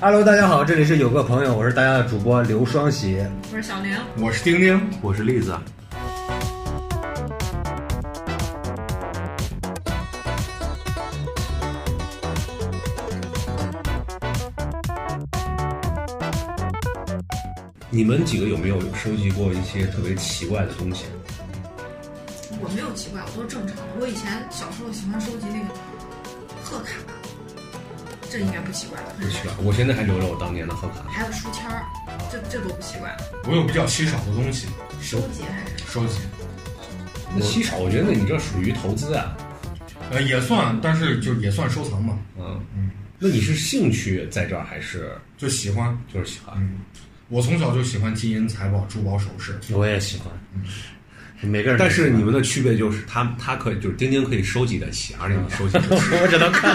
Hello，大家好，这里是有个朋友，我是大家的主播刘双喜。我是小玲，我是丁丁，我是栗子。你们几个有没有收集过一些特别奇怪的东西？我没有奇怪，我都是正常的。我以前小时候喜欢收集那个贺卡，这应该不奇怪吧？不奇怪，我现在还留着我当年的贺卡。还有书签儿，这这都不奇怪。我有比较稀少的东西收集还是收集，那稀少，我觉得你这属于投资啊。呃，也算，但是就也算收藏吧，嗯嗯，那你是兴趣在这儿，还是就喜欢。就是喜欢？嗯，我从小就喜欢金银财宝、珠宝首饰，我也喜欢，嗯每个人都但喜欢。是你们的区别就是，他他可以就是丁丁可以收集得起，而且你收集不起。我只能看，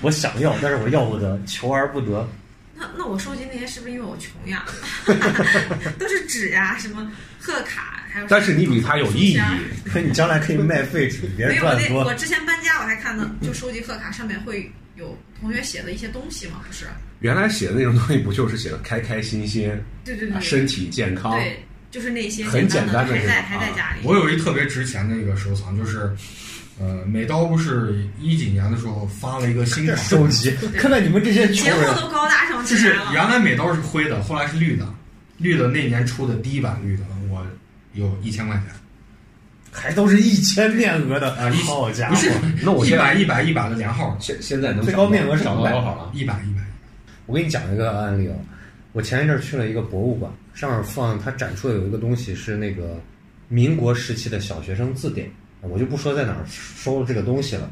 我想要，但是我要不得，求而不得。那那我收集那些是不是因为我穷呀？ 都是纸呀、什么贺卡，还有但是你比他有意义书签儿。可你将来可以卖废纸，别没人有，我赚得那我多。之前搬家我还看到，嗯就收集贺卡上面会有同学写的一些东西嘛，不是？原来写的那种东西不就是写的开开心心，对对对，啊身体健康？对，就是那些很简简单的还在那种还在啊家里。我有一特别值钱的一个收藏，就是，呃，美刀不是一几年的时候发了一个新款，收集，看到你们这些穷节目人，都高大上起就是来了。原来美刀是灰的，后来是绿的，绿的那年出的第一版绿的，我有一千块钱，还都是一千面额的，啊一好家不伙！是，哎那我一现在百一百一百的连号，现现在能最高面额是涨五到百多少了？一百一百，我给你讲一个案例哦，我前一阵儿去了一个博物馆，上面放它展出的有一个东西是那个民国时期的小学生字典，我就不说在哪儿收这个东西了。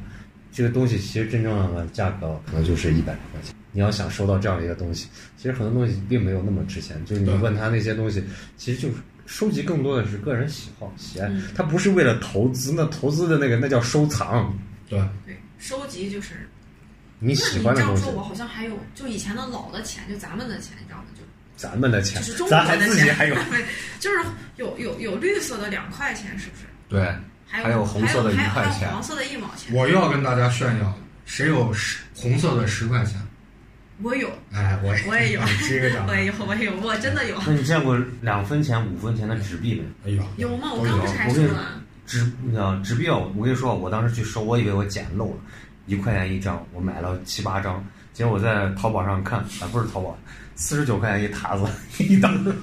这个东西其实真正的价格可能就是一百块钱。你要想收到这样一个东西，其实很多东西并没有那么值钱。就是你对问他那些东西，其实就是收集更多的是个人喜好、喜爱，他不是为了投资。那投资的那个那叫收藏，对，对，收集就是。你喜欢的那东你西这样说，，我好像还有就以前的老的钱，就咱们的钱，你知道吗？就咱们的钱就是中，国咱的还钱，自己还有 对，就是有有有绿色的两块钱，是不是？对，还有还有红色的一块钱还有还有黄色的一毛钱。我又要跟大家炫耀，谁有十红色的十块钱？我有，哎，我我也有 这个掌啊我也有，我也有，我真的有。那你见过两分钱、五分钱的纸币没？哎呦，有吗？我都刚不有是。还我说跟你了，纸啊，纸币啊！我跟你说，我当时去收，我以为我捡漏了，一块钱一张，我买了七八张，结果我在淘宝上看，啊，不是淘宝，四十九块钱一沓 子，一沓子，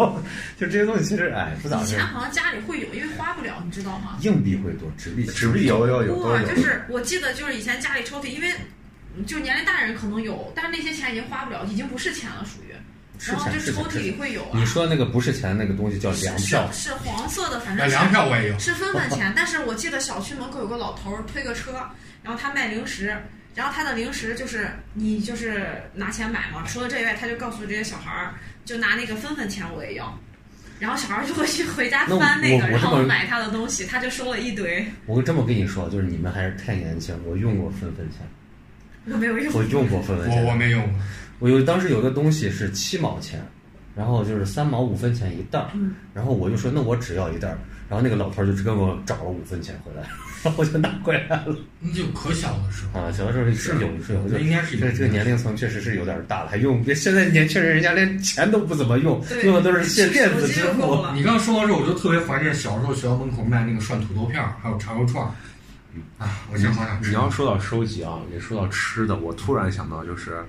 就这些东西其实哎不咋以地前，好像家里会有，因为花不了，你知道吗？硬币会多，纸币纸币有有有都哇，有就。是我记得就是以前家里抽屉，因为就年龄大人可能有，但是那些钱已经花不了，已经不是钱了，属于。是然后钱就是哦抽钱屉是里钱。会有啊你。说那个不是钱，那个东西叫粮票，是是黄色的，反那正是粮票我也有，是分分钱，但是我记得小区门口有个老头儿推个车，然后他卖零食，然后他的零食就是你就是拿钱买嘛。除了这以外，他就告诉这些小孩儿，就拿那个分分钱我也要。然后小孩儿就会去回家翻那我那个，我然这后么买他的东西，他就收了一堆。我这么跟你说，就是你们还是太年轻。我用过分分钱，我没有用，我用过分分我我钱。没用过。我有当时有个东西是七毛钱，然后就是三毛五分钱一袋儿，嗯然后我就说那我只要一袋儿，然后那个老头儿就跟我找了五分钱回来， 然后我就拿回来了。那就可小的时候，啊，小的时候是有是有，那应该是有这这个年龄层确实是有点大了，还用别现在年轻人人家连钱都不怎么用，对用的都是现电手子机支就够付。了。你刚刚说到这，我就特别怀念小时候学校门口卖那个涮土豆片儿，还有炸肉串儿。啊，我真好想嗯吃。你要说到收集啊，也说到吃的，我突然想到就是，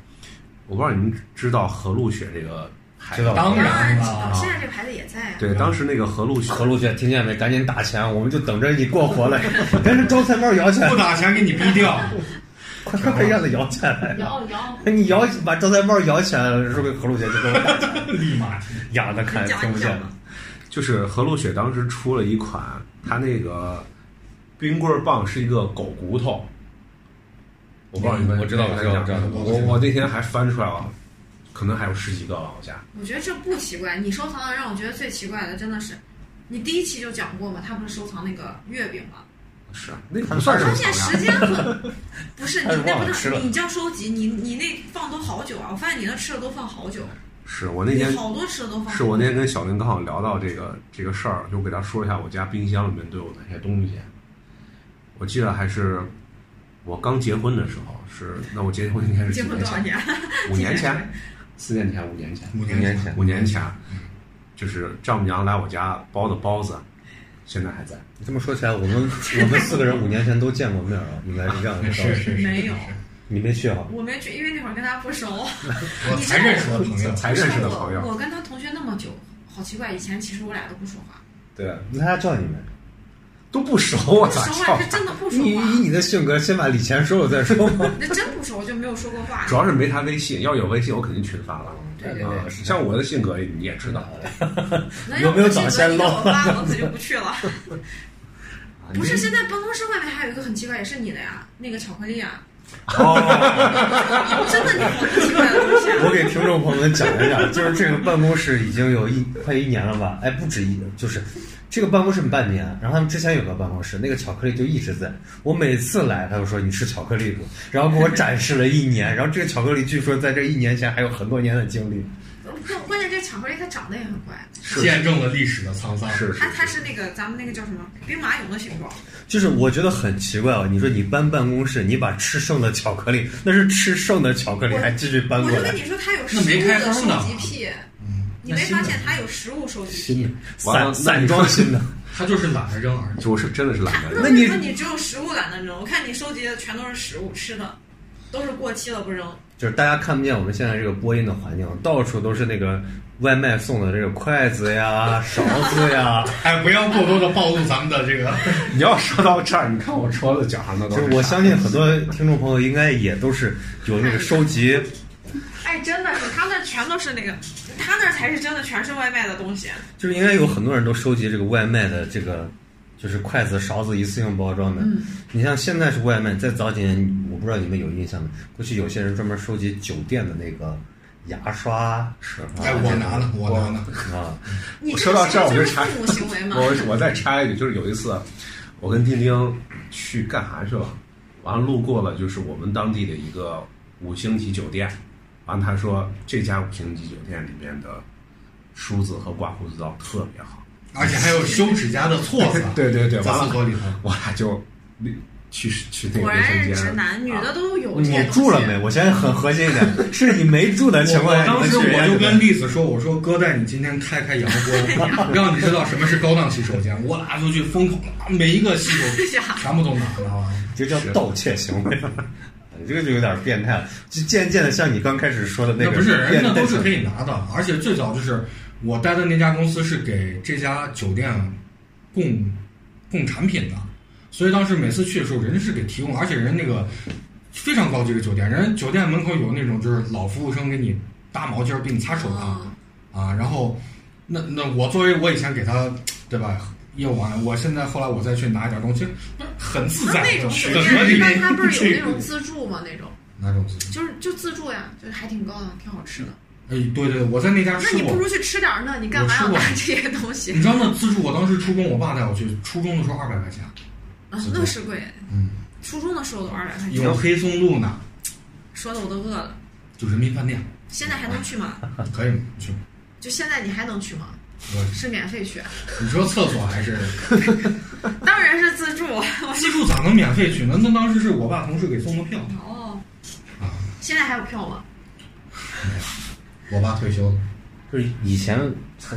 我不知道你们知道和路雪这个牌子知道当当然然知道，了，啊现在这个牌子也在啊。对，当时那个和路雪何路姐，听见没？赶紧打钱，我们就等着你过活 来，赶紧招财猫摇起来不，打钱给你逼 掉。快快快让它摇起来！摇摇，你摇把招财猫摇起来了，是不是何路姐就给 我打钱？立马痒的看讲听不一见讲了。就是和路雪当时出了一款，它那个冰棍儿棒是一个狗骨头，我不知道你们我知道嗯我知道我知道我我我那天还翻出来了，可能还有十几个吧，我家我觉得这不奇怪，你收藏的让我觉得最奇怪的真的是，你第一期就讲过嘛，他不是收藏那个月饼吗？是那不算是关我键家时间很，不是你开始忘那了不吃是了你叫收集，你你那放都好久啊！我发现你那吃的都放好久，是我那你天好多吃的都放。是我那天跟小林刚好聊到这个这个事儿，就给他说一下我家冰箱里面都有哪些东西。我记得还是我刚结婚的时候是，那我结婚应该是几结婚年多少前？年？五年前，四年前，五年前，五五年年前，前，五年前，就是丈母娘来我家包的包子，现在还在。这么说起来，我们我们四个人五年前都见过面啊，应该是嗯 这样的。哎是是是，没有是是你没去哈？啊我没去，因为那会儿跟他不熟。我才认识我的朋友，才认识的朋友我我跟他同学那么久，好奇怪。以前其实我俩都不说话，对，那他叫你们？都不熟，我咋熟叫啊，是真的不说你话，以你的性格，先把礼钱收了再说嘛。那真不熟就没有说过话 主。要是没他微信，要有微信我肯定群发了。对对啊，对，是像我的性格你也知道，那有没有早先搂？唠我发我可就不去了。啊不是，你现在办公室外面还有一个很奇怪，也是你的呀，那个巧克力啊，哦， 真的你好多奇怪的东西啊。我给听众朋友们讲一讲，就是这个办公室已经有一快一年了吧？哎，不止一，就是这个办公室半年。然后他们之前有个办公室，那个巧克力就一直在。我每次来，他就说你吃巧克力不？然后给我展示了一年。然后这个巧克力据说在这一年前还有很多年的经历。关关键这巧克力它长得也很怪，是见证了历史的沧桑。是它它是，是那个咱们那个叫什么兵马俑的形状，就是我觉得很奇怪啊！你说你搬办公室，你把吃剩的巧克力，那是吃剩的巧克力，还继续搬我过就来跟，你说它有食那没物开的封呢收集癖，嗯，你没发现它有食物收集新癖的？完了散散装新的。他就是懒得扔而已。就我是真的是懒得那那你为什么你只有食物懒得扔？我看你收集的全都是食物吃的，都是过期了不扔。就是大家看不见我们现在这个播音的环境，到处都是那个外卖送的这个筷子 呀、勺子呀。哎，不要过多的暴露咱们的这 个。你要说到这儿，你看我桌子脚上的就都是是我啥相信很多听众朋友应该也都是有那个收集，哎，真的是，他那全都是那个，他那才是真的全是外卖的东西。就是应该有很多人都收集这个外卖的这个。就是筷子、勺子一次性包装的。嗯你像现在是外卖，在早几年，我不知道你们有印象没？过去有些人专门收集酒店的那个牙刷是。哎，我拿了，我拿了。啊，你说到这儿我就就是查父母行为嘛。我我再插一句，就是有一次，我跟丁丁去干啥去了，完了路过了就是我们当地的一个五星级酒店，完了他说这家五星级酒店里面的梳子和刮胡子刀特别好，，而且还有修指甲的锉子对对对在完了厕所里头。我俩就去去那个果卫然生是间，直男，女的啊都有这些你东西。住了没？？我现在很核心一 点，是你没住的情我况我下，当你时们去人家我就酒店跟栗子说，我说哥带你今天开开 洋哎锅， 让你知道什么是高档洗手间。我俩就去疯狂地每一个洗手 是啊全部都拿了。这叫盗窃行 为。你这个就有点变态了，就渐渐的像你刚开始说的那个不是，人变家态都是可以拿的，而且最早就是我待的那家公司是给这家酒店供供产品的，所以当时每次去的时候，人家是给提供，而且人家那个非常高级的酒店，人家酒店门口有那种就是老服务生给你搭毛巾儿，给你擦手的、啊，啊，然后那那我作为我以前给他对吧业务往来，我现在后来我再去拿一点东西，那很自在，那种酒去店一般面它不是有去那种自助吗？那种哪种自在？就是就自助呀，就是还挺高的，挺好吃的。哎，对对，我在那家那吃你过不。如去吃点儿呢，你干嘛要拿这些东西？你知道那自助，我当时初中我爸带我去，初中的时候二百块钱，啊，那是贵。嗯，初中的时候都二百块有钱，黑松露呢，说的我都饿了。就人民饭店，现在还能去吗？可以吗？去。就现在你还能去吗？我是免费去，啊你说厕所还是当然是自助。啊自助咋能免费去呢？那当时是我爸同事给送的票，哦，现在还有票吗？我爸退休了，就是以前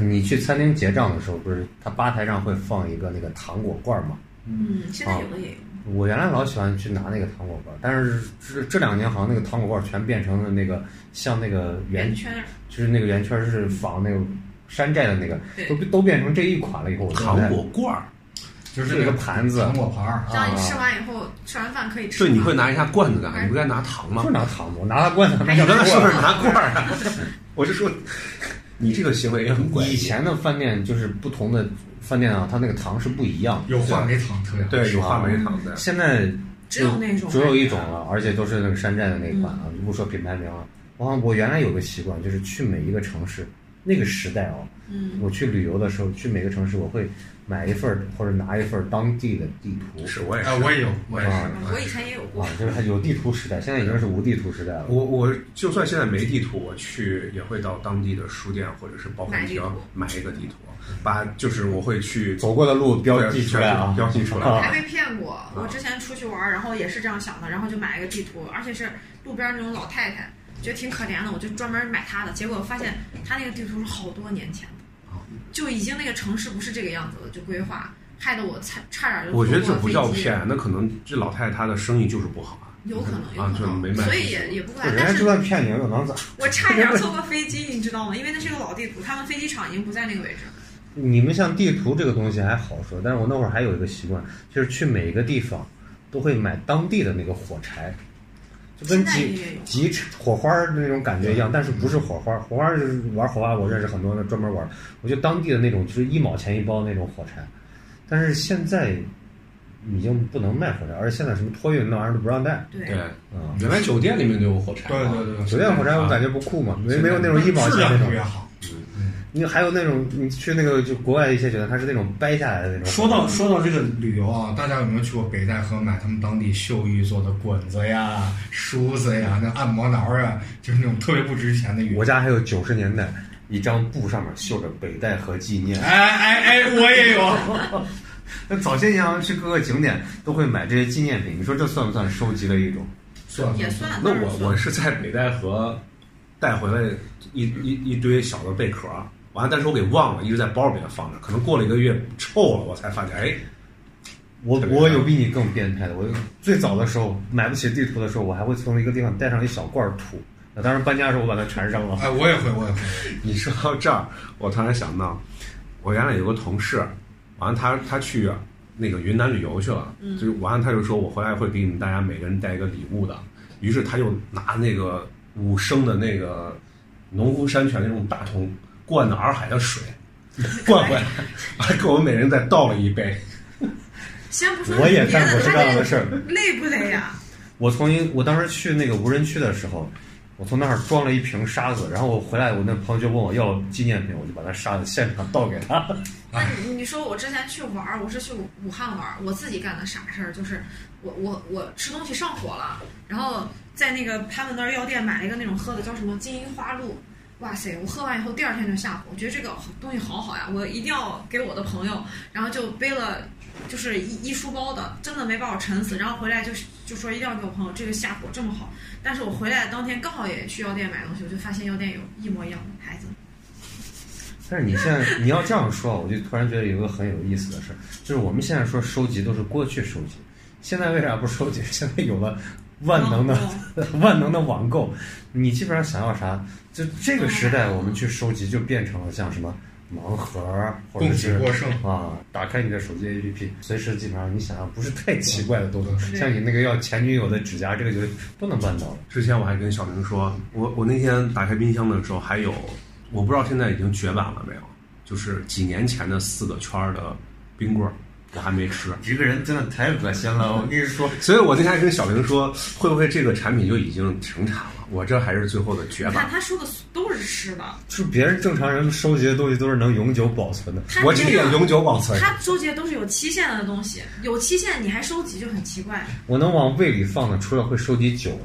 你去餐厅结账的时候，不是他吧台上会放一个那个糖果罐嘛？嗯，现在有的也有。我原来老喜欢去拿那个糖果罐，但是这这两年好像那个糖果罐全变成了那个像那个圆，圈儿，就是那个圆圈是仿那个山寨的那个，对都都变成这一款了以后，我糖果罐儿，就是是一那个个盘子糖，果盘儿这样啊，你吃完以后，吃完饭可以吃对，吗。你会拿一下罐子干啥？你不该拿糖吗就？拿糖果，拿它罐子还拿你有它刚才罐是子不是拿罐儿啊？ 我是说，你这个行为也很怪异。以前的饭店就是不同的饭店啊，它那个糖是不一样的。有话梅糖特别好吃对有话梅糖的，现在只有那种，只嗯有一种了，而且都是那啊个山寨的那一款啊，就不说品牌名了。我好像我原来有个习惯，就是去每一个城市，那个时代哦，嗯，我去旅游的时候，去每个城市我会买一份儿或者拿一份儿当地的地图。是我也是，哎，我也有，我也是。啊我以前也有过啊，，就是还有地图时代，现在已经是无地图时代了。我我就算现在没地图，我去也会到当地的书店或者是报刊亭买一个地图，把就是我会去走过的路标记出来啊，标记出来我啊还被骗过。我之前出去玩儿，然后也是这样想的，然后就买一个地图，而且是路边儿那种老太太，觉得挺可怜的，我就专门买她的。结果发现她那个地图是好多年前的，就已经那个城市不是这个样子了，就规划，害得我差差点就我觉得错过了这不叫飞机，骗，那可能这老太太她的生意就是不好啊。嗯有可能，啊有可就没能，卖所出以去也也不怪。人但家就是算骗你又能咋？我差点错过飞机，你知道吗？因为那是个老地图，他们飞机场已经不在那个位置了。你们像地图这个东西还好说，但是我那会儿还有一个习惯，就是去每个地方都会买当地的那个火柴，就跟现在集也有集火花儿那种感觉一样，但是不是火花儿，火花儿嗯就是玩火花儿，我认识很多人专门玩儿，我就当地的那种就是一毛钱一包那种火柴，但是现在已经不能卖火柴，而且现在什么托运那玩意儿都不让带，对，对，啊、原来酒店里面都有火柴，对啊对对对，酒店火柴我啊感觉不酷嘛，没没有那种一毛质钱量那特种别，好。你还有那种你去那个就国外一些酒店，它是那种掰下来的那种。说到说到这个旅游啊，大家有没有去过北戴河买他们当地岫玉做的滚子呀、梳子呀、那按摩挠啊，就是那种特别不值钱的鱼。我家还有九十年代，一张布上面绣着北戴河纪念。哎哎哎，我也有。那早些年好像去各个景点都会买这些纪念品，你说这算不算收集的一种？ 算也算。那当然我算我是在北戴河带回来一一一堆小的贝壳，啊完了，但是我给忘了，一直在包里面放着，可能过了一个月臭了，我才发现，哎，我特别我有比你更变态的，我最早的时候买不起地图的时候，我还会从一个地方带上一小罐土。那当时搬家的时候，我把它全扔了。哎，我也会，我也会。 你说到这儿，我突然想到，我原来有个同事，完了他他去那个云南旅游去了，就是完了他就说我回来会给你们大家每个人带一个礼物的，于是他就拿那个五升的那个农夫山泉那种大桶灌的洱海的水。灌回来， 还给我们每人再倒了一杯。先不说我也别干过的，这他样的这事儿。累不累呀？我从一我当时去那个无人区的时候，我从那儿装了一瓶沙子，然后我回来，我那朋友就问我要纪念品，我就把那沙子现场倒给他。那你你说我之前去玩儿，我是去武武汉玩儿，我自己干的傻事儿就是我我我吃东西上火了，然后在那个他们那儿药店买了一个那种喝的叫什么金银花露，哇塞，我喝完以后第二天就下火，我觉得这个东西好好呀，我一定要给我的朋友，然后就背了。就是一一书包的，真的没把我沉死。然后回来就就说一定要给我朋友，这个下火这么好。但是我回来当天刚好也去药店买东西，我就发现药店有一模一样的牌子。但是你现在你要这样说，我就突然觉得有一个很有意思的事儿，就是我们现在说收集都是过去收集，现在为啥不收集？现在有了万能的嗯然 后万能的网购，你基本上想要啥，就这个时代我们去收集就变成了像什么盲盒儿，或供者给是过剩。啊，打开你的手机 APP，随时基本上你想要不是太奇怪的东嗯西，对像你那个要前女友的指甲，这个就都能办到了。之前我还跟小明说，我我那天打开冰箱的时候，还有我不知道现在已经绝版了没有，就是几年前的四个圈儿的冰棍儿，我还没吃。这个人真的太恶心了，我跟你说，所以我那天还跟小玲说，会不会这个产品就已经停产了？我这还是最后的绝你看版。他说的都是吃的，就是别人正常人收集的东西都是能永久保存的，他我这个也永久保存。他收集的都是有期限的东西，有期限你还收集就很奇怪。我能往胃里放的，除了会收集酒，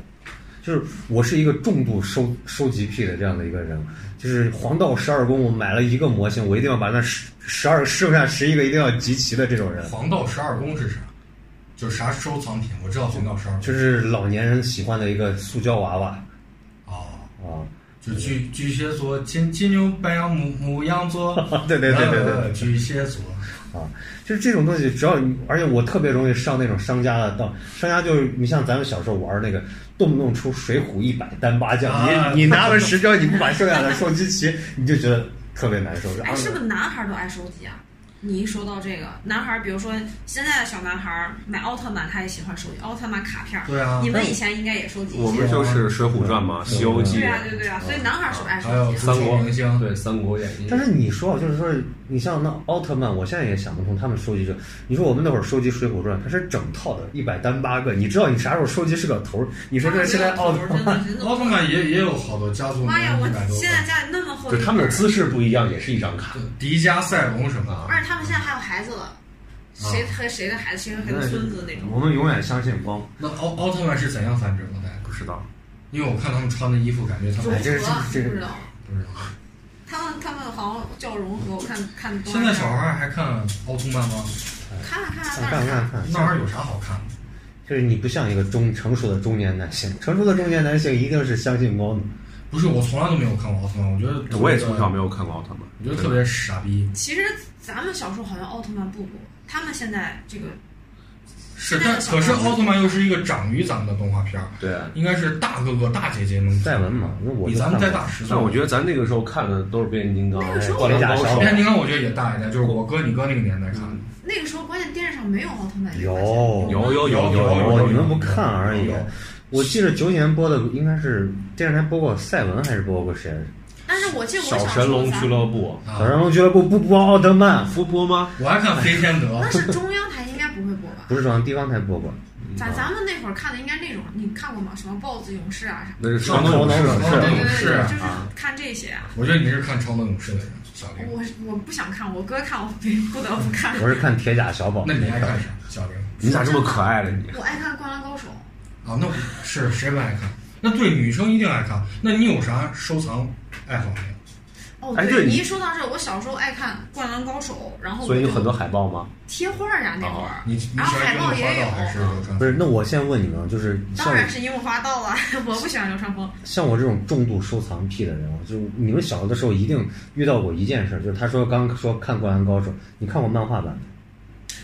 就是我是一个重度收收集癖的这样的一个人，就是黄道十二宫，我买了一个模型，我一定要把那十十二剩下十一个一定要集齐的这种人，黄道十二宫是啥？就是啥收藏品？我知道黄道十二宫。就是老年人喜欢的一个塑胶娃娃哦，啊，。就巨巨蟹座，金金牛白羊母母羊座 对对对对对呃巨蟹座。就是这种东西，只要你，而且我特别容易上那种商家的当，商家就是你像咱们小时候玩那个，动不动出水浒一百单八将，啊你你拿了十张，你不把剩下的收集齐，你就觉得特别难受。然哎，后是不是男孩都爱收集啊？你一说到这个男孩儿，比如说现在的小男孩儿买奥特曼，他也喜欢收集奥特曼卡片儿。对啊你，们以前应该也收集一我些。们就是《水浒传》嘛，《西游记对》啊，对对啊，所以男孩儿是不是爱收还有集足的？三球国明星，对《三国演义》。但是你说，就是说，你像那奥特曼，我现在也想不通他们收集这。你说我们那会儿收集《水浒传》，它是整套的，一百单八个，你知道你啥时候收集是个头儿？你说这现在奥特真的真奥特的。曼也也有好多家族名妈呀！我一百多现在家里那么厚就一他们的本儿姿势不一样，也是一张卡个，迪迦、赛龙什么啊的。而且他们现在还有孩子了，谁和谁的孩子，谁和谁的孙子啊那种。我们永远相信光。那奥奥特曼是怎样繁殖的？大家不知道。因为我看他们穿的衣服，感觉他融们合哎这是这是不知道，不知道。他们他们好像叫融合，我看看动画现片在儿小孩还看奥特曼吗？看了看了，看但看是看看，那玩意儿有啥好看的？就是你不像一个中成熟的中年男性，成熟的中年男性一定是相信光的。不是，我从来都没有看过奥特曼，我觉得我也从小没有，有看过奥特曼，我觉得特别傻逼。其实咱们小时候好像奥特曼不多，他们现在这个是现，在但的小可是孩儿奥特曼又是一个长于咱们的动画片儿，对啊。应该是大哥哥、大姐姐能戴文嘛，那我比就咱们看再过大十岁。但我觉得咱那个时候看的都是变形金刚那个时、候灌篮高手变形金哎刚，我觉得也大一代，就是我哥你哥那个年代看的。那个时候，关键电视上没有奥特曼这个东西。有有有有有有，你们不看而已有有。我记得九几年播的应该是电视台播过赛文还是播过谁？但是我记得我小时神候龙咱俱乐部，小神龙俱乐部啊不播奥特曼，复播吗？啊我还看飞天 德那，是中央台应该不会播吧？不是中央地方台播过。咱咱们那会儿看的应该那种，你看过吗？什么豹子勇士啊啥？那是上双头头勇勇士，士对哦对对勇对士对，啊就是看这些啊。我觉得你是看超能勇士的人，小玲。我我不想看，我哥看我非不得不看。我是看铁甲小宝。那你爱看啥？小玲哦你咋这么可爱了你？我爱看《灌篮高手啊，那我是谁不爱看？那对女生一定爱看。那你有啥收藏爱好没有？》。哦，哎对你你一说到这，我小时候爱看《灌篮高手》，然后所以我有就很多海报吗？贴画儿啊呀那会哦儿。你你喜然后欢海樱报木花也有哦道还是流川不是，枫？那我现在问你们，啊就是像当然是樱木花道了，啊 我不喜欢流川枫。像我这种重度收藏癖的人，我就你们小的时候一定遇到过一件事，就是他说刚说看《灌篮高手》，你看过漫画版？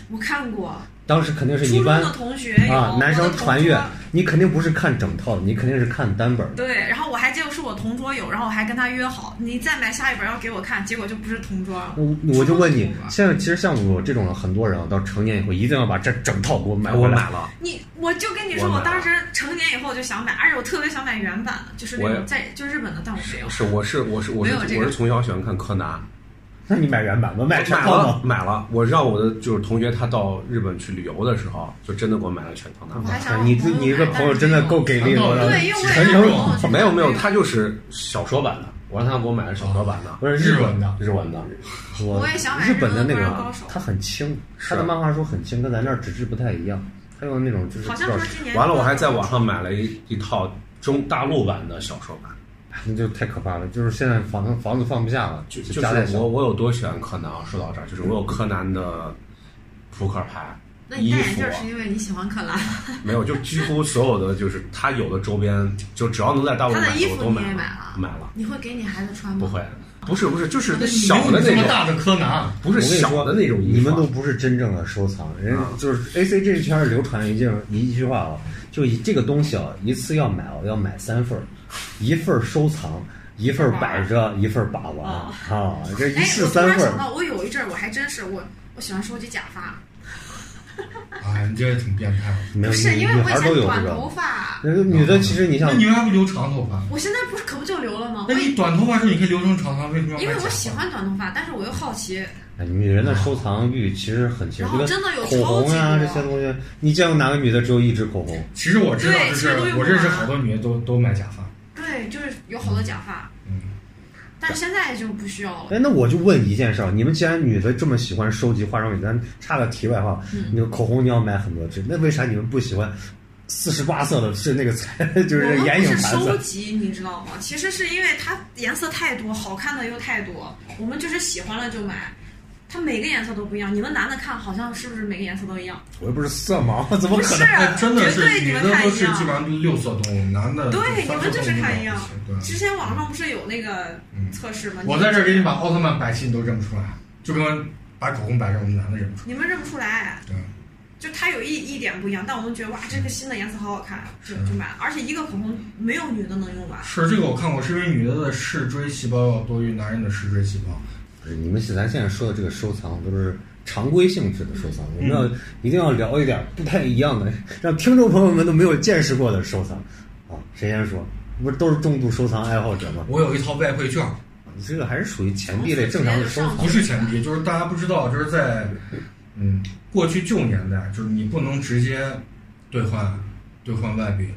我看过，当时肯定是初你中班的同学有啊，男我生的同传阅桌，你肯定不是看整套的，你肯定是看单本儿的。对，然后我还记得是我同桌有，然后我还跟他约好，你再买下一本要给我看，结果就不是同桌了。我我就问你初中的同，桌现在其实像我这种人，很多人啊，到成年以后一定要把这整套给我买回来。了，你我就跟你说，我买我了当时成年以后我就想买，而且我特别想买原版的，就是那我也种在就是日本的，但我没有。是我是我是我是没有这个我是从小喜欢看柯南，那你买原版吧，买全买套了吗？买了，我让我的就是同学他到日本去旅游的时候，就真的给我买了全套我嗯漫还想让你我你这个买朋友真的够给力全套的的。对，因为我也全让程我朋友去画。没有没有，买他就是小说版的，我让他给我买了小说版的，不是日本文的日文的。我我也想买日本的那个日本的灌篮啊高手，它很轻，它的是漫画书很轻，跟咱这儿纸质不太一样。它有那种就是好比像较说，今年完了，我还在网上买了一一套中大陆版的小说版，哎那就太可怕了。就是现在房子房子放不下了，就夹在就是手我我有多喜欢柯南啊，说到这儿，就是我有柯南的扑克牌。那你衣戴眼服镜啊是因为你喜欢柯南，没有，就几乎所有的就是他有的周边，就只要能在大陆他买的衣的我服都你买也了，买了？买了，你会给你孩子穿吗？不会，不是不是，就是那小的你有你这那么种，大的柯南，不是小的那种啊衣你服们啊。都不是真正的收藏人，就是 A C 这圈儿流传一句一句话啊，就以这个东西啊，一次要买啊，要买三份儿，一份儿收藏，一份儿摆着，一份儿把玩哦啊，这一哎，式我突三然份想儿。到，我有一阵儿我还真是我我喜欢收集假发，嗯哎，你这也挺变态的。没有，不是女因为我孩以儿都前有短这个。头发，那个女的其实你像嗯那你为啥不留长头发？我现在不是可不就留了吗？我那你短头发时候你可以留成长头发，为什么要因买为假发我喜欢短头发，但是我又好奇，哎女人的收藏欲其实很强，就跟然后哦真的有口超红级呀、多这些东西，你见过哪个女的只有一支口红？其实我知道，对就其是实都用我认识过啊好多女的都都买假发。对，就是有好多假发，嗯，但是现在就不需要了。哎，那我就问一件事儿，你们既然女的这么喜欢收集化妆品，咱插个题外话，嗯那个口红你要买很多支，那为啥你们不喜欢四十八色的是那个彩， 就我是们眼不影是盘收子？集，你知道吗？其实是因为它颜色太多，好看的又太多，我们就是喜欢了就买。它每个颜色都不一样，你们男的看好像是不是每个颜色都一样？我又不是色盲，怎么不可是啊能？，哎那真的绝是对女你的们都看是一基样。本上六色动物，男的对，你三色们就是动物看都一样不。之行啊前网上不是有那个测试吗对，？嗯我在这儿给你把奥特曼摆齐，你都认不出来，就跟把口红摆上，我们男的认不出你们认不出来，啊来。对，就它有一一点不一样，但我们觉得哇，这个新的颜色好好看，啊就就买了。而且一个口红没有女的能用完。是这个我看过，是因为女的的视锥细胞要多于男人的视锥细胞。不是你们现咱现在说的这个收藏都是常规性质的收藏，嗯我们要一定要聊一点不太一样的， 让听众朋友们都没有见识过的收藏啊。谁先说？不是都是重度收藏爱好者吗？我有一套外汇券，你这个还是属于钱币类正常的收藏不是钱币，就是大家不知道，就是在嗯过去旧年代，就是你不能直接兑换兑换外币，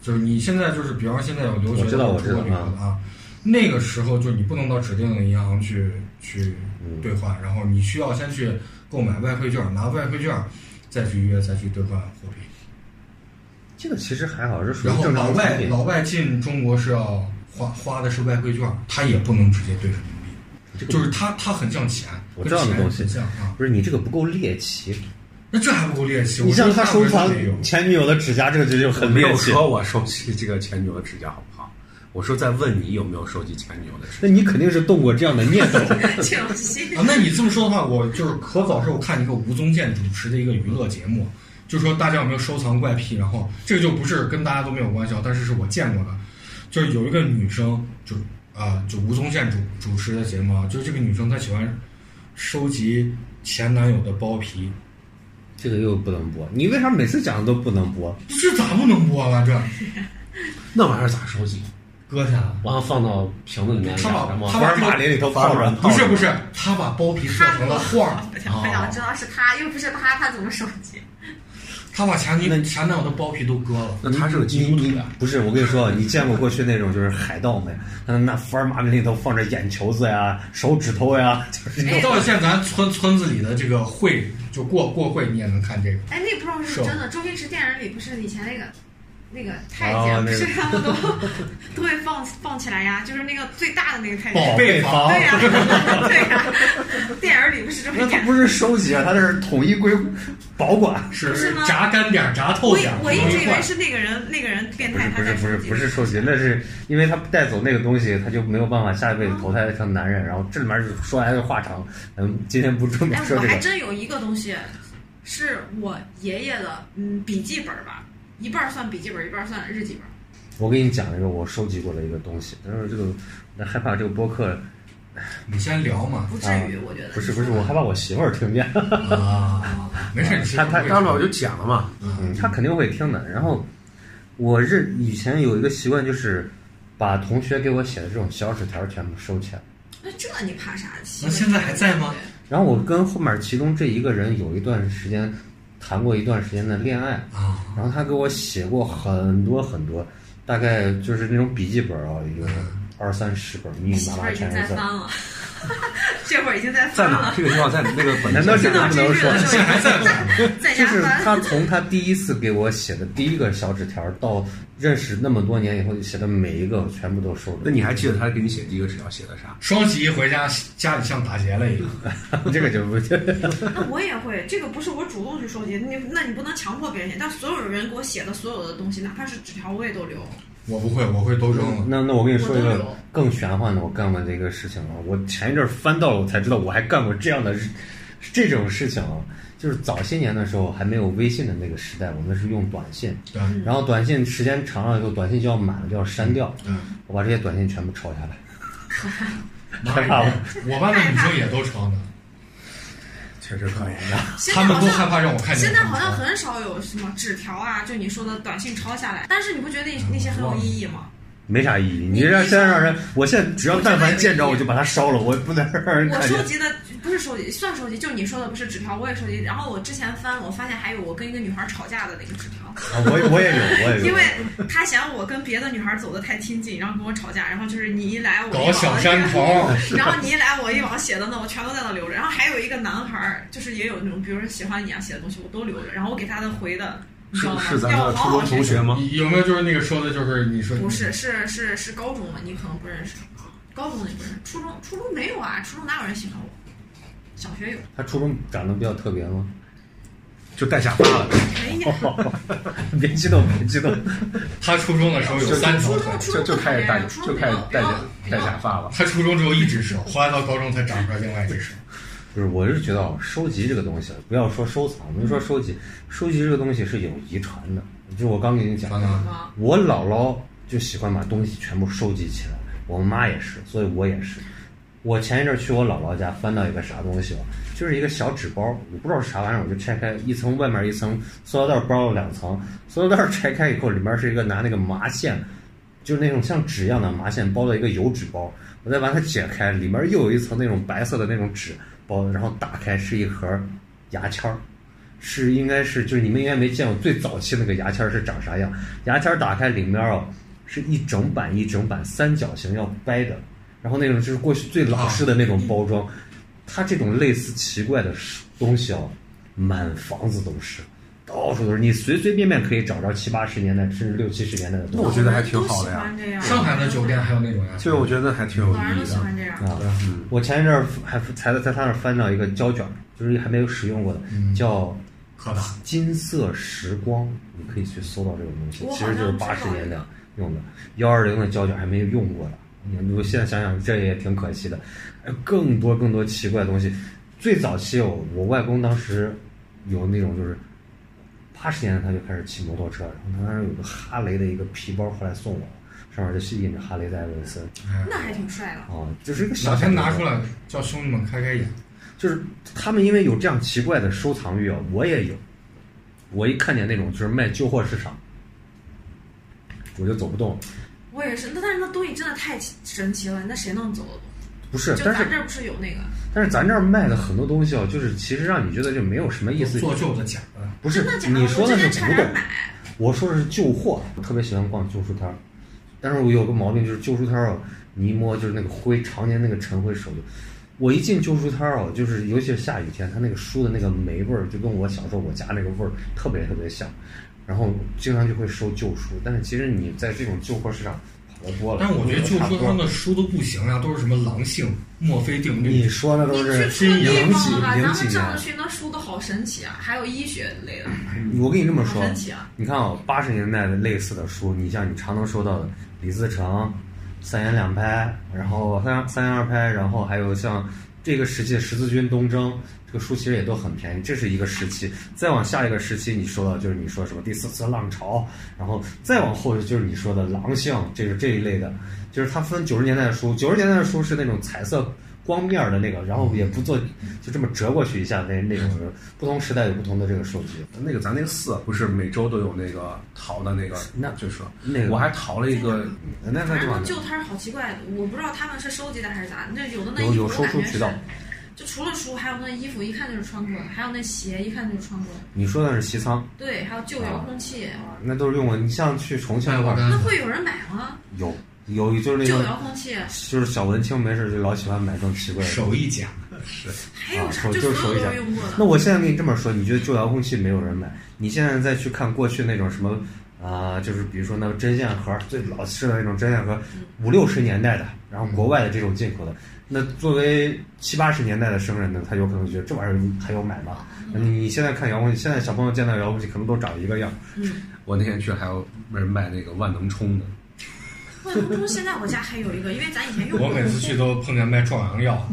就是你现在就是比方说现在有留学我知道的我知道出国旅游的啊，那个时候就你不能到指定的银行去去嗯兑换，然后你需要先去购买外汇券，拿外汇券再去约再去兑换货币。这个其实还好，是属于然后正老常的外产品。老外进中国是要花花的是外汇券，他也不能直接兑人民币，就是他他很像钱，我知道那跟东钱西很像啊。不是你这个不够猎奇，那这还不够猎奇，你我觉像得他大部收分藏人没有前女友的指甲，这个就就我很没猎有奇。说我收集这个前女友的指甲好不好，我说在问你有没有收集前女友的指甲。那你肯定是动过这样的念头。 请息。啊。那你这么说的话，我就是可早是我看一个吴宗宪主持的一个娱乐节目，就说大家有没有收藏怪癖，然后这个就不是跟大家都没有关系啊，但是是我见过的，就是有一个女生就啊、就吴宗宪主主持的节目，啊，就是这个女生她喜欢收集前男友的包皮。这个又不能播，你为啥每次讲的都不能播？这咋不能播了？这那玩意儿咋收集？割下来然后放到瓶子里面，他把然后他把啊玩这马个林里头泡着，不是不是，他把包皮做成了画 儿，哦我想知道是他，又不是他，他怎么手机？他把前女前男友的包皮都割了。那他是个基你督徒你呀。不是，我跟你说，你见过过去那种就是海盗没？嗯，那福尔马林里头放着眼球子呀、手指头呀，就是你哎到现在咱村村子里的这个会，就过过会，你也能看这个。哎，那不知道是不是真的。周星驰电影里不是以前那个那个太啊监，哦那不个是他们都都会放放起来呀？就是那个最大的那个太宝监。贝房对呀、对呀、电影里不是这那么他演。不是收集啊，他这是统一归保管。是不是吗炸干点儿、炸透我点儿，我一容易直以为坏是那个人，那个人变 不是态，他不在是不是手机不是收集，那是因为他带走那个东西，他就没有办法下一辈子投胎成男人。然后这里面说来就话长，嗯，今天不重点哎，说我这个还。真有一个东西，是我爷爷的，嗯，笔记本儿吧，一半儿算笔记本儿，一半儿算日记本儿。我给你讲一个我收集过的一个东西，但是这个我害怕这个播客你先聊 嘛。不至于，我觉得。啊不是不是，我害怕我媳妇儿听见，啊，没事，你先他他不会刚才我就讲了嘛，嗯，她肯定会听的。然后我认以前有一个习惯，就是把同学给我写的这种小纸条全部收起来。那这你怕啥？那现在还在吗？然后我跟后面其中这一个人有一段时间谈过一段时间的恋爱，啊，然后他给我写过很多很多，大概就是那种笔记本啊，有二三十本，密你密媳麻妇麻儿已经全在是字翻。了， 这会儿已经在在翻哪了儿？，这个地方在那个本难道子是上不能说？现在还在不在？在就家是翻。他从他第一次给我写的第一个小纸条到认识那么多年以后写的每一个，我全部都收着。那你还记得他给你写第一个纸条写的啥？双十一回家，家里像打劫了一样。这个就不那我也会，这个不是我主动去收集，你那你不能强迫别人写。但所有人给我写的所有的东西，哪怕是纸条，我也都留。我不会，我会都扔了。嗯那那我跟你说一我都个有更玄幻的，我干过的一个事情啊。我前一阵儿翻到了，我才知道我还干过这样的这种事情啊。就是早些年的时候还没有微信的那个时代，我们是用短信，对然后短信时间长了以后，短信就要满了，就要删掉。嗯，我把这些短信全部抄下来。妈呀！我班的女生也都抄呢，确实可以。现在她们好都像害怕让我看见现嗯她在好们抄。像很少有什么纸条啊，就你说的短信抄下来，但是你不觉得那那些很有意义吗？没啥意义，你让现在让人，我现在只要但凡见着我就把它烧了，我不能让人我看见收。集的不是收集，算收集，就你说的不是纸条，我也收集。然后我之前翻，我发现还有我跟一个女孩吵架的那个纸条，啊我也我也有，我也有。因为她嫌我跟别的女孩走的太亲近，然后跟我吵架，然后就是你一来我一往搞小山头， 然后你一来我一往写的呢，我全都在那留着。然后还有一个男孩儿，就是也有那种，比如说喜欢你啊写的东西，我都留着。然后我给他的回的，你知是道吗？是咱嗯要的初好好中学同习学吗？你有没有就是那个说的，就是你说不是，是是是高中嘛，你可能不认识，高中你不认识，初中初中没有啊，初中哪有人喜欢我？小学有，他初中长得比较特别吗？就带下巴了。没有。 哦别激动，别激动。他初中的时候有就三初条腿中，初哎就中就开始戴，不就开始戴假戴假发了。他初中只有一只手，后来到高中才长出来另外一 只手。就是我是觉得啊收集这个东西，不要说收藏，我们说收集，收集这个东西是有遗传的。就我刚给你讲，完了，吗？我姥姥就喜欢把东西全部收集起来，我妈也是，所以我也是。我前一阵儿去我姥姥家，翻到一个啥东西了，就是一个小纸包，我不知道是啥玩意儿，我就拆开一层，外面一层塑料袋包了两层，塑料袋拆开以后，里面是一个拿那个麻线，就是那种像纸一样的麻线包的一个油纸包，我再把它解开，里面又有一层那种白色的那种纸包，然后打开是一盒牙签儿。是应该是就是你们应该没见过最早期那个牙签儿是长啥样，牙签儿打开里面啊是一整板一整板三角形要掰的，然后那种就是过去最老式的那种包装，它这种类似奇怪的东西哦，满房子都是，到处都是，你随随便便可以找着七八十年代甚至六七十年代的我东西。觉得还挺好的呀都喜欢这样上海的酒店还有那种呀，其实我觉得还挺有老人意都义喜欢的。嗯这样。啊，我前一阵儿还才在他那儿翻到一个胶卷儿，就是还没有使用过的，叫可大。金色时光，你可以去搜到这种东西，我其好实像就是知道八十年代用的幺二零的胶卷还没有用过的。你我现在想想，这也挺可惜的。呃更多更多奇怪的东西，最早期有我外公当时有那种就是八十年代他就开始骑摩托车，然后他那儿有个哈雷的一个皮包，后来送我了，上面就是印着哈雷戴维森哎那还挺帅的。啊，就是一个小哪天小的拿出来叫兄弟们开开眼？就是他们因为有这样奇怪的收藏欲啊，我也有。我一看见那种就是卖旧货市场，我就走不动了。我也是，那但是那东西真的太神奇了，那谁能走得动？不是，就但咱是这儿不是有那个，但是咱这儿卖的很多东西啊，就是其实让你觉得就没有什么意思。做旧的假的，不是真的假的？你说我的之是前差古点董，买，我说的是旧货。我特别喜欢逛旧书摊儿，但是我有个毛病就是旧书摊儿啊，你一摸就是那个灰，常年那个尘灰手就。我一进旧书摊儿啊，就是尤其是下雨天，它那个书的那个霉味儿，就跟我小时候我家那个味儿特别特别像。然后经常就会收旧书，但是其实你在这种旧货市场跑得多了，但是我觉得旧差不书多摊的书都不行呀，啊都是什么狼性、墨菲定律你。说那都你是去零几错地方啊了。咱零们几上年次。去那书都好神奇啊，还有医学类的，我跟你这么嗯好说，神奇啊！你看啊，八十年代的类似的书，你像你常能收到的李自成、三言两拍，然后三三言二拍，然后还有像这个时期的十字军东征，这个书其实也都很便宜，这是一个时期。再往下一个时期，你说到就是你说什么第四次浪潮，然后再往后就是你说的狼性，这是这一类的，就是它分九十年代的书，九十年代的书是那种彩色。光面的那个，然后也不做，就这么折过去一下那那种，嗯不同时代有不同的这个收集。那个咱那个寺啊不是每周都有那个淘的那个，那就是那个我还淘了一个，嗯那那啊就反正完那了。旧摊儿好奇怪，我不知道他们是收集的还是咋，那有的那衣有服有我收感书觉渠是道，，就除了书，还有那衣服一看就是穿过的，还有那鞋一看就是穿过的，你说的是西仓，对，还有旧遥控器，那都是用过。你像去重庆哎，那块我儿，那刚会有人买吗？有有就是嗯那旧个遥控器，就是小文青没事就老喜欢买这种奇怪的。手艺假，还有啥？啊手就就是所有手机都是用过的。那我现在跟你这么说，你觉得旧遥控器没有人买？你现在再去看过去那种什么啊、就是比如说那个针线盒，最老式的那种针线盒，五六十年代的，然后国外的这种进口的，那作为七八十年代的生人呢，他有可能觉得这玩意儿还有买吗？你现在看遥控器，现在小朋友见到遥控器可能都长一个样。嗯我那天去还有人卖那个万能充的，万能中现在我家还有一个，因为咱以前用 过。我每次去都碰见卖壮阳药，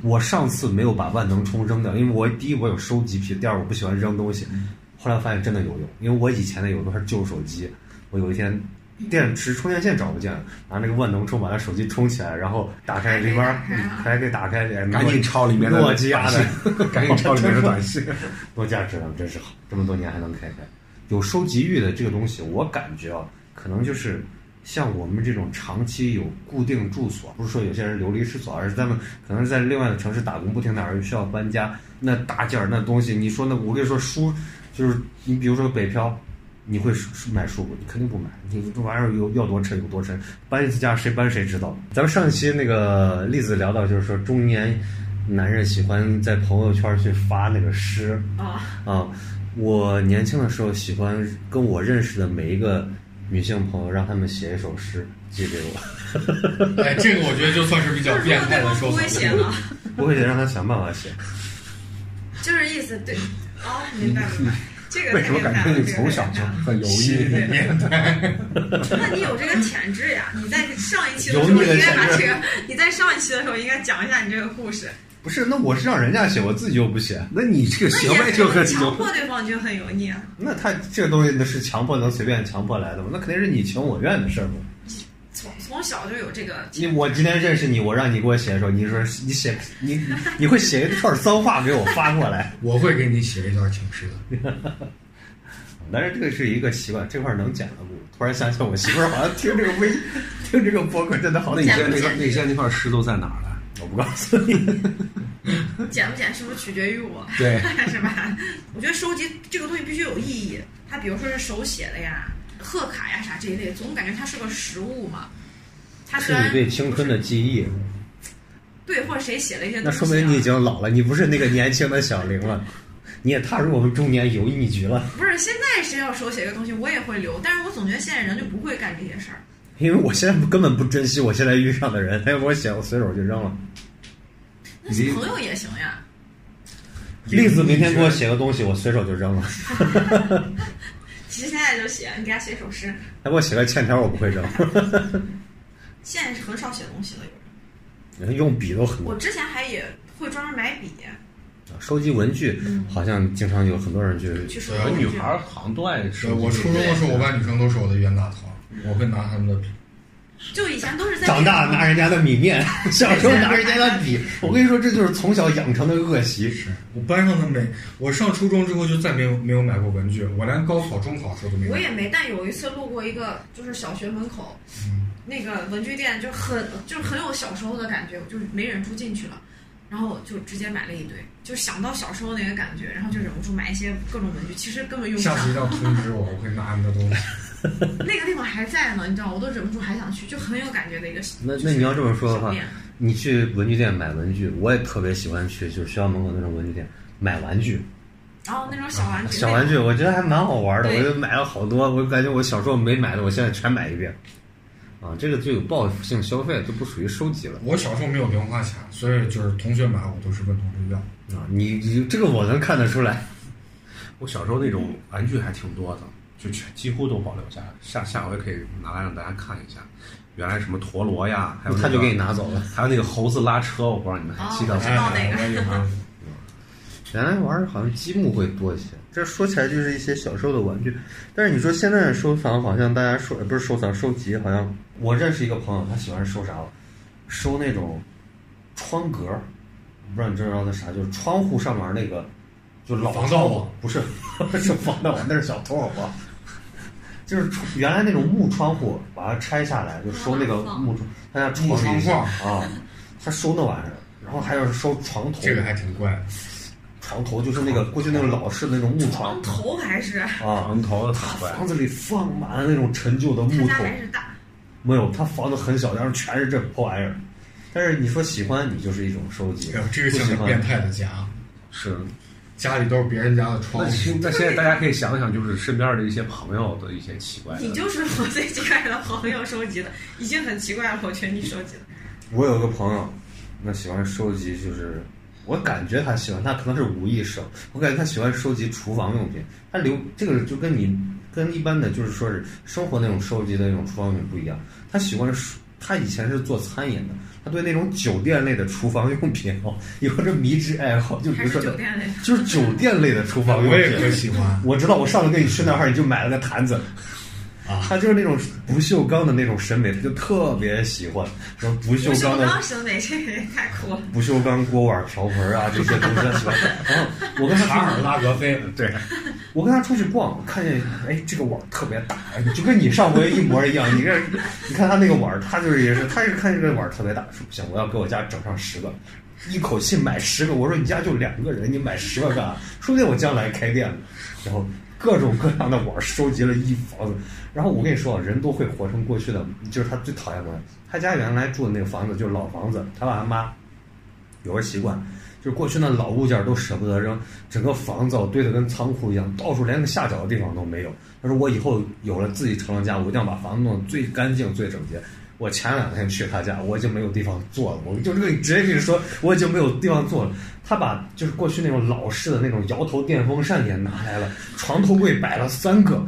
我上次没有把万能充扔掉，因为我第一我有收集癖，第二我不喜欢扔东西。后来我发现真的有用，因为我以前的有的是旧手机，我有一天电池充电线找不见了，拿那个万能充把它手机充起来，然后打开里边 儿嗯还给打开，哎赶紧抄里面的诺基亚的， 赶紧抄里面的 短信。诺基亚质量真是好，这么多年还能开开。有收集欲的这个东西，我感觉啊，可能就是像我们这种长期有固定住所，不是说有些人流离失所，而是他们可能是在另外的城市打工，不停哪儿需要搬家，那大件儿那东西，你说那我跟你说书，就是你比如说北漂。你会买书不？你肯定不买。你这玩意儿有要多沉有多沉，搬一次家谁搬谁知道。咱们上一期那个例子聊到，就是说中年男人喜欢在朋友圈去发那个诗，啊，啊，我年轻的时候喜欢跟我认识的每一个女性朋友，让他们写一首诗寄给我，哎，这个我觉得就算是比较就是变说对态的方说不会写 法。了，我 会得让他想办法写。就是意思对。哦，明白 明白。这个为什么感觉你从小就很犹豫？那你有这个潜质呀？你在上一期的时有候你的应该把潜质这个，你在上一期的时候应该讲一下你这个故事。不是，那我是让人家写，我自己又不写，那你这个那行也为就很强迫对方就很油腻啊。那他这个东西那是强迫能随便强迫来的吗？那肯定是你情我愿的事儿嘛。从从从小就有这个你我今天认识你，我让你给我写的时候，你说你写你你会写一串脏话给我发过来， 我会给你写一段情诗的。但是这个是一个习惯，这块儿能剪了不？突然想起来，我媳妇儿好像听这个微 听这个播客真的好那几你年现在了，那块那现在那块石头在哪儿了？哎我不告诉你。剪不剪是不是取决于我， 对，是吧？我觉得收集这个东西必须有意义。它比如说是手写的呀、贺卡呀啥这一类，总感觉它是个实物嘛。它虽是然你对青春的记忆，对或者谁写了一些那东西啊、说明你已经老了，你不是那个年轻的小玲了，你也踏入我们中年油腻局了。不是现在谁要手写个东西，我也会留，但是我总觉得现在人就不会干这些事儿。因为我现在根本不珍惜我现在遇上的人，他要给我写，我随手就扔了。那你朋友也行呀，栗子明天给我写个东西，我随手就扔了。其实现在就写，你给他写首诗。他哎给我写个欠条，我不会扔。现在是很少写东西了，有人。用笔都很我之前还也会专门买笔收集文具，好像经常有很多人去。去收对集我文具女孩儿好像都爱吃。呃我初中的时候，我班女生都是我的冤大头，我会拿他们的笔。就以前都是在长大拿人家的米面，小时候拿人家的笔，我跟你说，这就是从小养成的恶习。是我班上的每我上初中之后就再没有没有买过文具，我连高考、中考的时候都没有我买也过。没，但有一次路过一个就是小学门口，嗯那个文具店就很就是很有小时候的感觉，我就是没忍住进去了，然后就直接买了一堆，就想到小时候那个感觉，然后就忍不住买一些各种文具，其实根本用不下上。次一定要通知我，我会拿你的东西。那个地方还在呢，你知道，我都忍不住还想去，就很有感觉的一个。那就是那你要这么说的小话店，你去文具店买文具，我也特别喜欢去，就是学校门口那种文具店买玩具，然后那种小玩具，小玩具，我觉得还蛮好玩的，对我就买了好多，我感觉我小时候没买的，我现在全买一遍。啊，这个就有报复性消费，就不属于收集了我小时候没有零花钱，所以就是同学买我都是问同学要。啊！你你这个我能看得出来，我小时候那种玩具还挺多的，就全几乎都保留下来。下下回可以拿来让大家看一下，原来什么陀螺呀，还有、他就给你，拿走了。啊还有那个猴子拉车，我不知道你们还记得哦吗？知道那哎个我 也会原来玩儿好像积木会多一些。这说起来就是一些小时候的玩具，但是你说现在的收藏，好像大家收呃不是收藏收集，好像我认识一个朋友，他喜欢收啥了？收那种窗格儿，不知道你知不知道那啥，就是窗户上面那个，就老防盗窗户网不是 是防盗网，那是小偷好不好？就是窗原来那种木窗户，把它拆下来就收那个木窗，他家木窗窗户框啊，他收那玩意儿，然后还有收床头，这个还挺怪的。床头就是那个过去那种老式的那种木床光头还是啊，长头的他好房子里放满了那种陈旧的他木家头，还是大，没有，他房子很小，但是全是这破玩意儿。但是你说喜欢，你就是一种收集哎呦，这个不像喜个变欢，态的家，是。家里都是别人家的窗那户现。那现在大家可以想想，就是身边的一些朋友的一些奇怪你的。就是我最奇怪的朋友收集的，已经很奇怪了，我觉得你收集的。我有个朋友，那喜欢收集，就是我感觉他喜欢，他可能是无意识，我感觉他喜欢收集厨房用品。他留这个就跟你跟一般的就是说是生活那种收集的那种厨房用品不一样，他喜欢收他以前是做餐饮的，他对那种酒店类的厨房用品哦，有这迷之爱好，就比还如是说酒店类的。就是酒店类的厨房用我也可品。喜欢，我知道，我上次跟你去那儿，你就买了个坛子，啊他就是那种不锈钢的那种审美，他就特别喜欢什么不不锈钢锈的钢审美，这个也太酷了。不锈钢锅碗瓢盆啊这些东西他喜欢。然后我跟他卡出尔去，拉格菲，对，我跟他出去逛，我看见哎这个碗特别大，就跟你上回一模一样。你这你看他那个碗，他就是也是，他是看这个碗特别大，说不行，我要给我家整上十个。一口气买十个，我说你家就两个人，你买十个干啥？说不定我将来开店呢。然后各种各样的碗收集了一房子。然后我跟你说啊，人都会活成过去的，就是他最讨厌的。他家原来住的那个房子就是老房子，他爸他妈有个习惯，就是过去那老物件都舍不得扔，整个房子堆得跟仓库一样，到处连个下脚的地方都没有。他说我以后有了自己成了家，我一定要把房子弄得最干净、最整洁。我前两天去他家，我已经没有地方坐了，我就这个直接跟你说，我已经没有地方坐了。他把就是过去那种老式的那种摇头电风扇也拿来了，床头柜摆了三 个，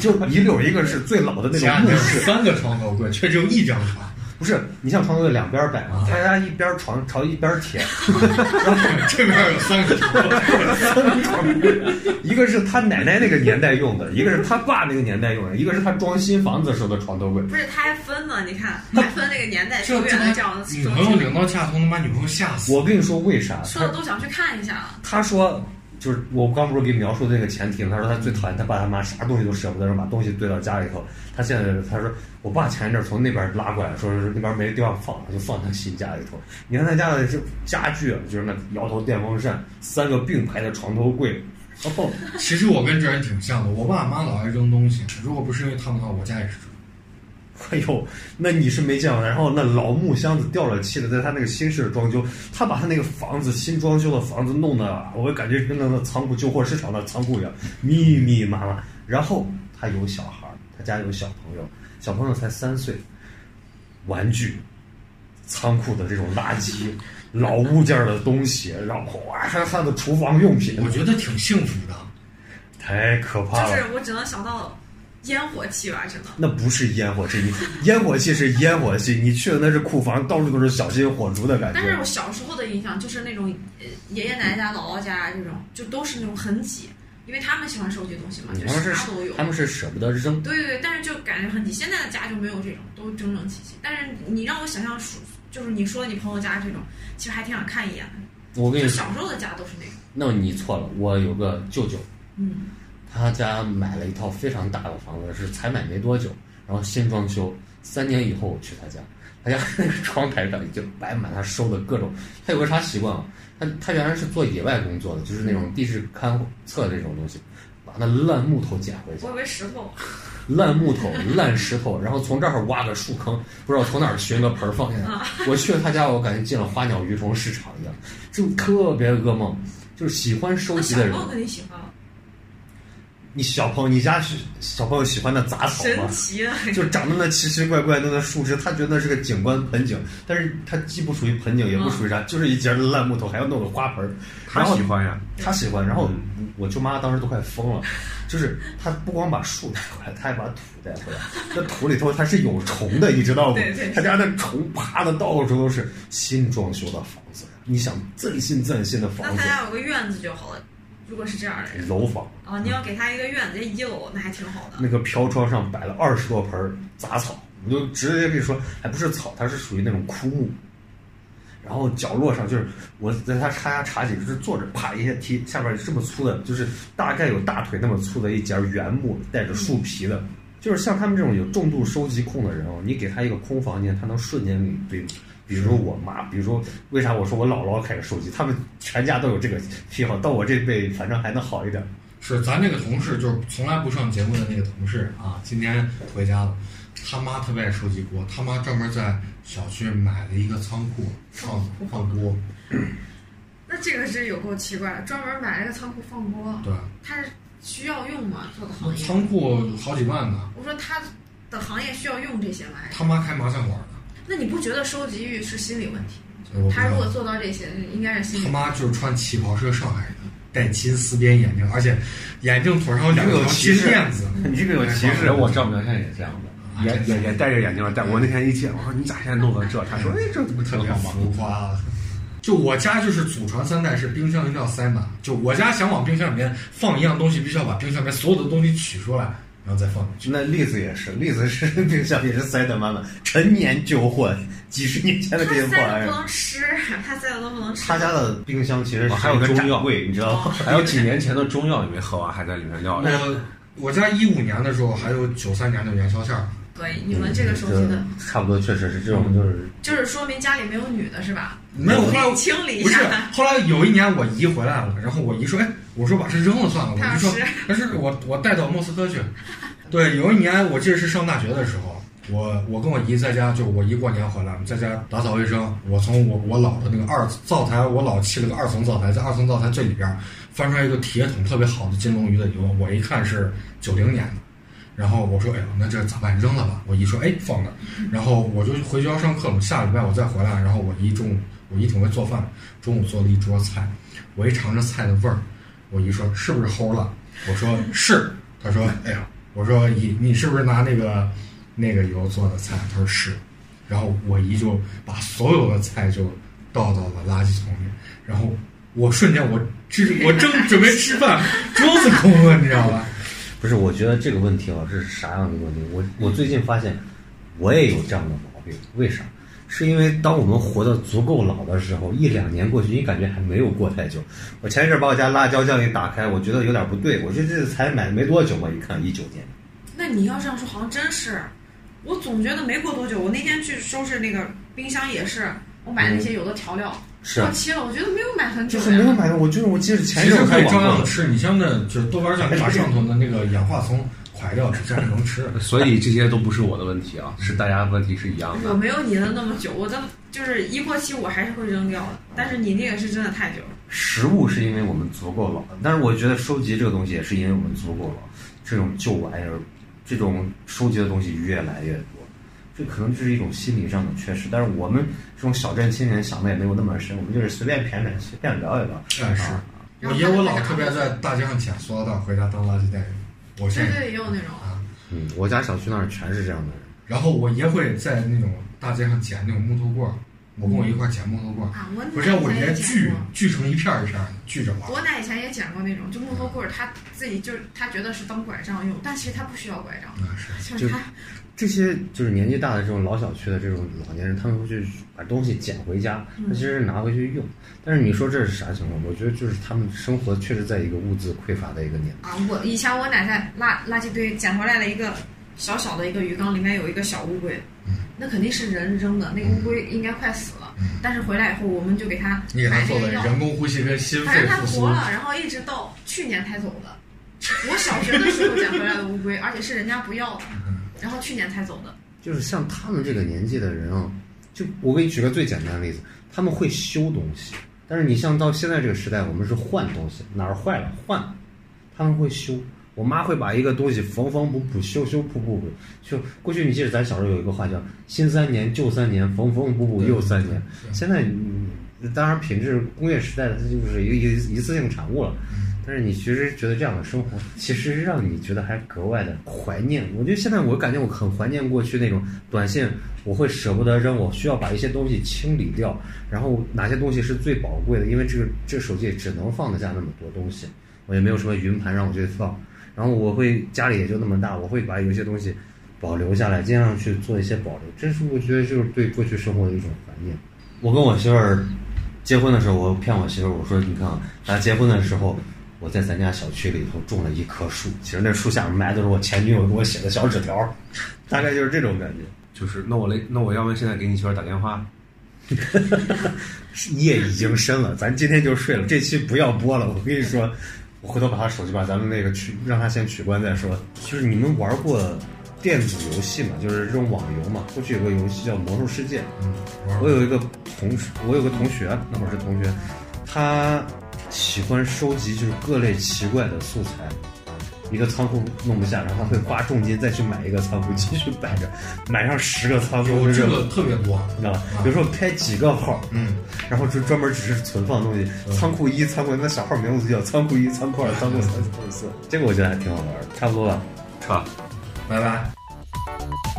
就一溜一个是最老的那种家里木面有式，三个床头柜，却只有一张床。 不是，你想床头有两边摆嘛，大家一边床朝一边贴，这边有三个床，一个是他奶奶那个年代用的，一个是他爸那个年代用的，一个是他装新房子的时候的床头柜。不是，他还分嘛？你看，还分那个年代，啊这久远的这样的女朋友说，领到假头能把女朋友吓死。我跟你说为啥？说他的都想去看一下了。他说就是我刚不是给你描述这个前提吗？他说他最讨厌他爸他妈啥东西都舍不得扔，把东西堆到家里头。他现在他说我爸前一阵儿从那边拉过来，说是那边没地方放了，就放他新家里头。你看他家的是家具，啊就是那摇头电风扇，三个并排的床头柜，然后其实我跟这人挺像的，我爸妈老爱扔东西，如果不是因为他们的话，我家也是这样。 哎呦，那你是没见过的。然后那老木箱子掉了漆了，在他那个新式的装修，他把他那个房子新装修的房子弄得，我感觉跟那个仓库旧货市场的仓库一样，密密麻麻。然后他有小孩儿，他家有小朋友，小朋友才三岁，玩具、仓库的这种垃圾、老物件儿的东西，然后哇，还有他的厨房用品，我觉得挺幸福的。太哎可怕就了。是我只能想到烟火气吧，只能。那不是烟火气，你烟火气是烟火气，你去的那是库房，到处都是小心火烛的感但是我觉。小时候的印象就是那种呃爷爷奶奶家、姥姥家这种，就都是那种很挤，因为他们喜欢收集东西嘛，就他们是啥都有。他们是舍不得扔，对对对，但是就感觉很挤。现在的家就没有这种，都整整齐齐。但是你让我想象说，就是你说你朋友家这种，其实还挺想看一眼的。我跟就你说，小时候的家都是那种，那你错了。我有个舅舅，嗯，他家买了一套非常大的房子，是才买没多久，然后新装修。三年以后我去他家，他家那个窗台上就摆满他收的各种。他有个啥习惯啊？他他原来是做野外工作的，就是那种地质勘测这种东西，把那烂木头捡回去我。以为石头，烂木头、烂石头，然后从这儿挖个树坑，不知道从哪儿寻个盆儿放下来。我去了他家，我感觉进了花鸟鱼虫市场一样，就特别噩梦。就是喜欢收那集小的朋人，友肯定喜欢了，你小朋友，你家是小朋友喜欢那杂草神吗？奇啊。就长得那奇奇怪怪的那树枝，他觉得是个景观盆景，但是它既不属于盆景，也不属于啥，就是一截儿烂木头，还要弄个花盆儿。他然后喜欢呀，他喜欢，然后我舅妈当时都快疯了，就是他不光把树带回来，他还把土带回来。那土里头它是有虫的，你知道吗对对？他家那虫爬的到处都是。新装修的房子，你想赞新赞新的那房子他，家有个院子就好了。如果是这样的人楼房啊，你要给他一个院子，这一楼那还挺好的。那个飘窗上摆了二十多盆儿杂草，我就直接跟你说，还不是草，它是属于那种枯木。然后角落上就是我在他家茶几，就是坐着，啪一下踢下边这么粗的，就是大概有大腿那么粗的一截原木，带着树皮的。就是像他们这种有重度收集控的人哦，你给他一个空房间，他能瞬间给你堆满。比如我妈，比如说为啥我说我姥姥开始收集，他们全家都有这个癖好，到我这辈反正还能好一点。是咱这个同事，就是从来不上节目的那个同事啊，今天回家了。他妈特别爱收集锅，他妈专门在小区买了一个仓库放放锅。那这个是有够奇怪，专门买了个仓库放锅，对，他是需要用吗？做的行业？仓库好几万呢。我说他的行业需要用这些吗？还是他妈开麻将馆的，那你不觉得收集欲是心理问题吗？所以我不知他如道果做到这些，应该是心理他问题。妈就是穿旗袍，是个上海人，带金丝边眼镜，而且眼镜腿上有两条金链子。 你这个有歧视。我丈母娘现在也这样的。也也也戴着眼镜了，但我那天一见，我说你咋现在弄到这？他说哎，嗯这不特挺别好吗？浮夸。就我家就是祖传三代是冰箱一定要塞满，就我家想往冰箱里面放一样东西，必须要把冰箱里面所有的东西取出来，然后再放进去。那栗子也是，栗子是 冰箱也是塞得满满，陈年旧货，几十年前的这些他破塞玩的意不儿。能吃，他塞的都不能吃。他家的冰箱其实是哦还有一个中展药柜，你知道吗？ 还有几年前的中药也没喝完，还在里面哦撂着。我我家一五年的时候还有九三年的元宵馅儿，可以，你们这个收集的，就差不多，确实是这种，就是就是说明家里没有女的是吧？没有后 来得清理一不是下。后来有一年我姨回来了，然后我姨说哎，我说把这扔了算了，我他就要说吃，但是我我带到莫斯科去。对，有一年我记得是上大学的时候，我我跟我姨在家，就我姨过年回来，我们在家打扫卫生。我从我我姥的那个二灶台，我老砌了个二层灶台，在二层灶台最里边儿翻出来一个铁桶，特别好的金龙鱼的油，我一看是九零年的。然后我说：“哎呀，那这咋办？扔了吧。”我姨说：“哎，放那儿。”然后我就回学校上课了。下礼拜我再回来，然后我姨中午，我姨挺会做饭，中午做了一桌菜。我一尝这菜的味儿，我姨说：“是不是齁了？”我说：“是。”她说：“哎呀。”我说：“姨，你是不是拿那个那个油做的菜？”她说：“是。”然后我姨就把所有的菜就倒到了垃圾桶里，然后我瞬间我吃我正准备吃饭，桌子空了，你知道吧？不是，我觉得这个问题啊，这是啥样的一个问题？我我最近发现，我也有这样的毛病，为啥？是因为当我们活得足够老的时候，一两年过去，你感觉还没有过太久。我前一阵把我家辣椒酱一打开，我觉得有点不对，我这这才买没多久嘛，一看一九年，那你要这样说，好像真是，我总觉得没过多久，我那天去收拾那个冰箱也是，我买那些有的调料是过啊，期了，我觉得没有买很久就呀。是没有买到。我就是我记得前其一实阵我可看以网照样购，吃，你像那就是豆瓣酱，你把上头的那个氧化层蒯掉，这样能吃。 所以这些都不是我的问题啊，是大家问题是一样我的。没有你的那么久，我的就是一过期我还是会扔掉的，但是你那个是真的太久了。食物是因为我们足够老，但是我觉得收集这个东西也是因为我们足够老，这种旧玩意儿，这种收集的东西越来越多，这可能就是一种心理上的缺失。但是我们这种小镇青年想的也没有那么深，我们就是随便谝谝，随便聊一聊。但哎是，啊我爷我姥特别在大街上捡塑料袋回家当垃圾袋用，我现对在对，也有那种。啊。嗯，我家小区那儿全是这样的人。然后我爷会在那种大街上捡那种木头棍儿，我跟我一块儿捡木头棍儿，啊，我我知道我奶爷以前也锯捡过。锯成一片儿一片儿的锯着玩儿。我奶以前也捡过那种，就木头棍儿，她自己就是她觉得是当拐杖用，但其实她不需要拐杖，那啊是就是她这些就是年纪大的这种老小区的这种老年人，他们会去把东西捡回家，他其实是拿回去用。但是你说这是啥情况？我觉得就是他们生活确实在一个物资匮乏的一个年代。啊，我以前我奶在垃垃圾堆捡回来了一个小小的一个鱼缸，里面有一个小乌龟，嗯那肯定是人扔的，那个乌龟应该快死了，但是回来以后我们就给它嗯你给他买做这了个药，人工呼吸跟心哎反肺正它复苏活，了，然后一直到去年才走的。我小学的时候捡回来的乌龟，而且是人家不要的，嗯然后去年才走的。就是像他们这个年纪的人啊，就我给你举个最简单的例子，他们会修东西，但是你像到现在这个时代，我们是换东西，哪儿坏了换，他们会修。我妈会把一个东西缝缝补补、修修补补补。就过去，你记得咱小时候有一个话叫“新三年旧三年，缝缝补补又三年”。现在，嗯当然品质工业时代的它就是一个一一次性产物了。但是你其实觉得这样的生活，其实让你觉得还格外的怀念。我觉得现在我感觉我很怀念过去那种短信，我会舍不得扔，我需要把一些东西清理掉。然后哪些东西是最宝贵的？因为这个这个手机也只能放得下那么多东西，我也没有什么云盘让我去放。然后我会家里也就那么大，我会把有些东西保留下来，尽量去做一些保留。这是我觉得就是对过去生活的一种怀念。我跟我媳妇儿结婚的时候，我骗我媳妇儿，我说你看啊，咱结婚的时候，我在咱家小区里头种了一棵树，其实那树下面埋的都是我前女友给我写的小纸条儿，大概就是这种感觉。就是那我来，那我要不然现在给你媳妇儿打电话？夜已经深了，咱今天就睡了。这期不要播了，我跟你说，我回头把他手机把咱们那个取，让他先取关再说。就是你们玩过电子游戏嘛，就是这种网游嘛。过去有个游戏叫《魔兽世界》，嗯我有一个同事，我有个同学，那会儿是同学，他喜欢收集就是各类奇怪的素材。一个仓库弄不下，然后他会花重金再去买一个仓库，继续摆着，买上十个仓库，有就是这个特别多。啊，有时候开几个号，嗯，然后就专门只是存放东西，仓库一、仓库那小号名字就叫仓库一、仓库二、仓库三、仓库四，这个我觉得还挺好玩的，差不多吧。是吧？拜拜。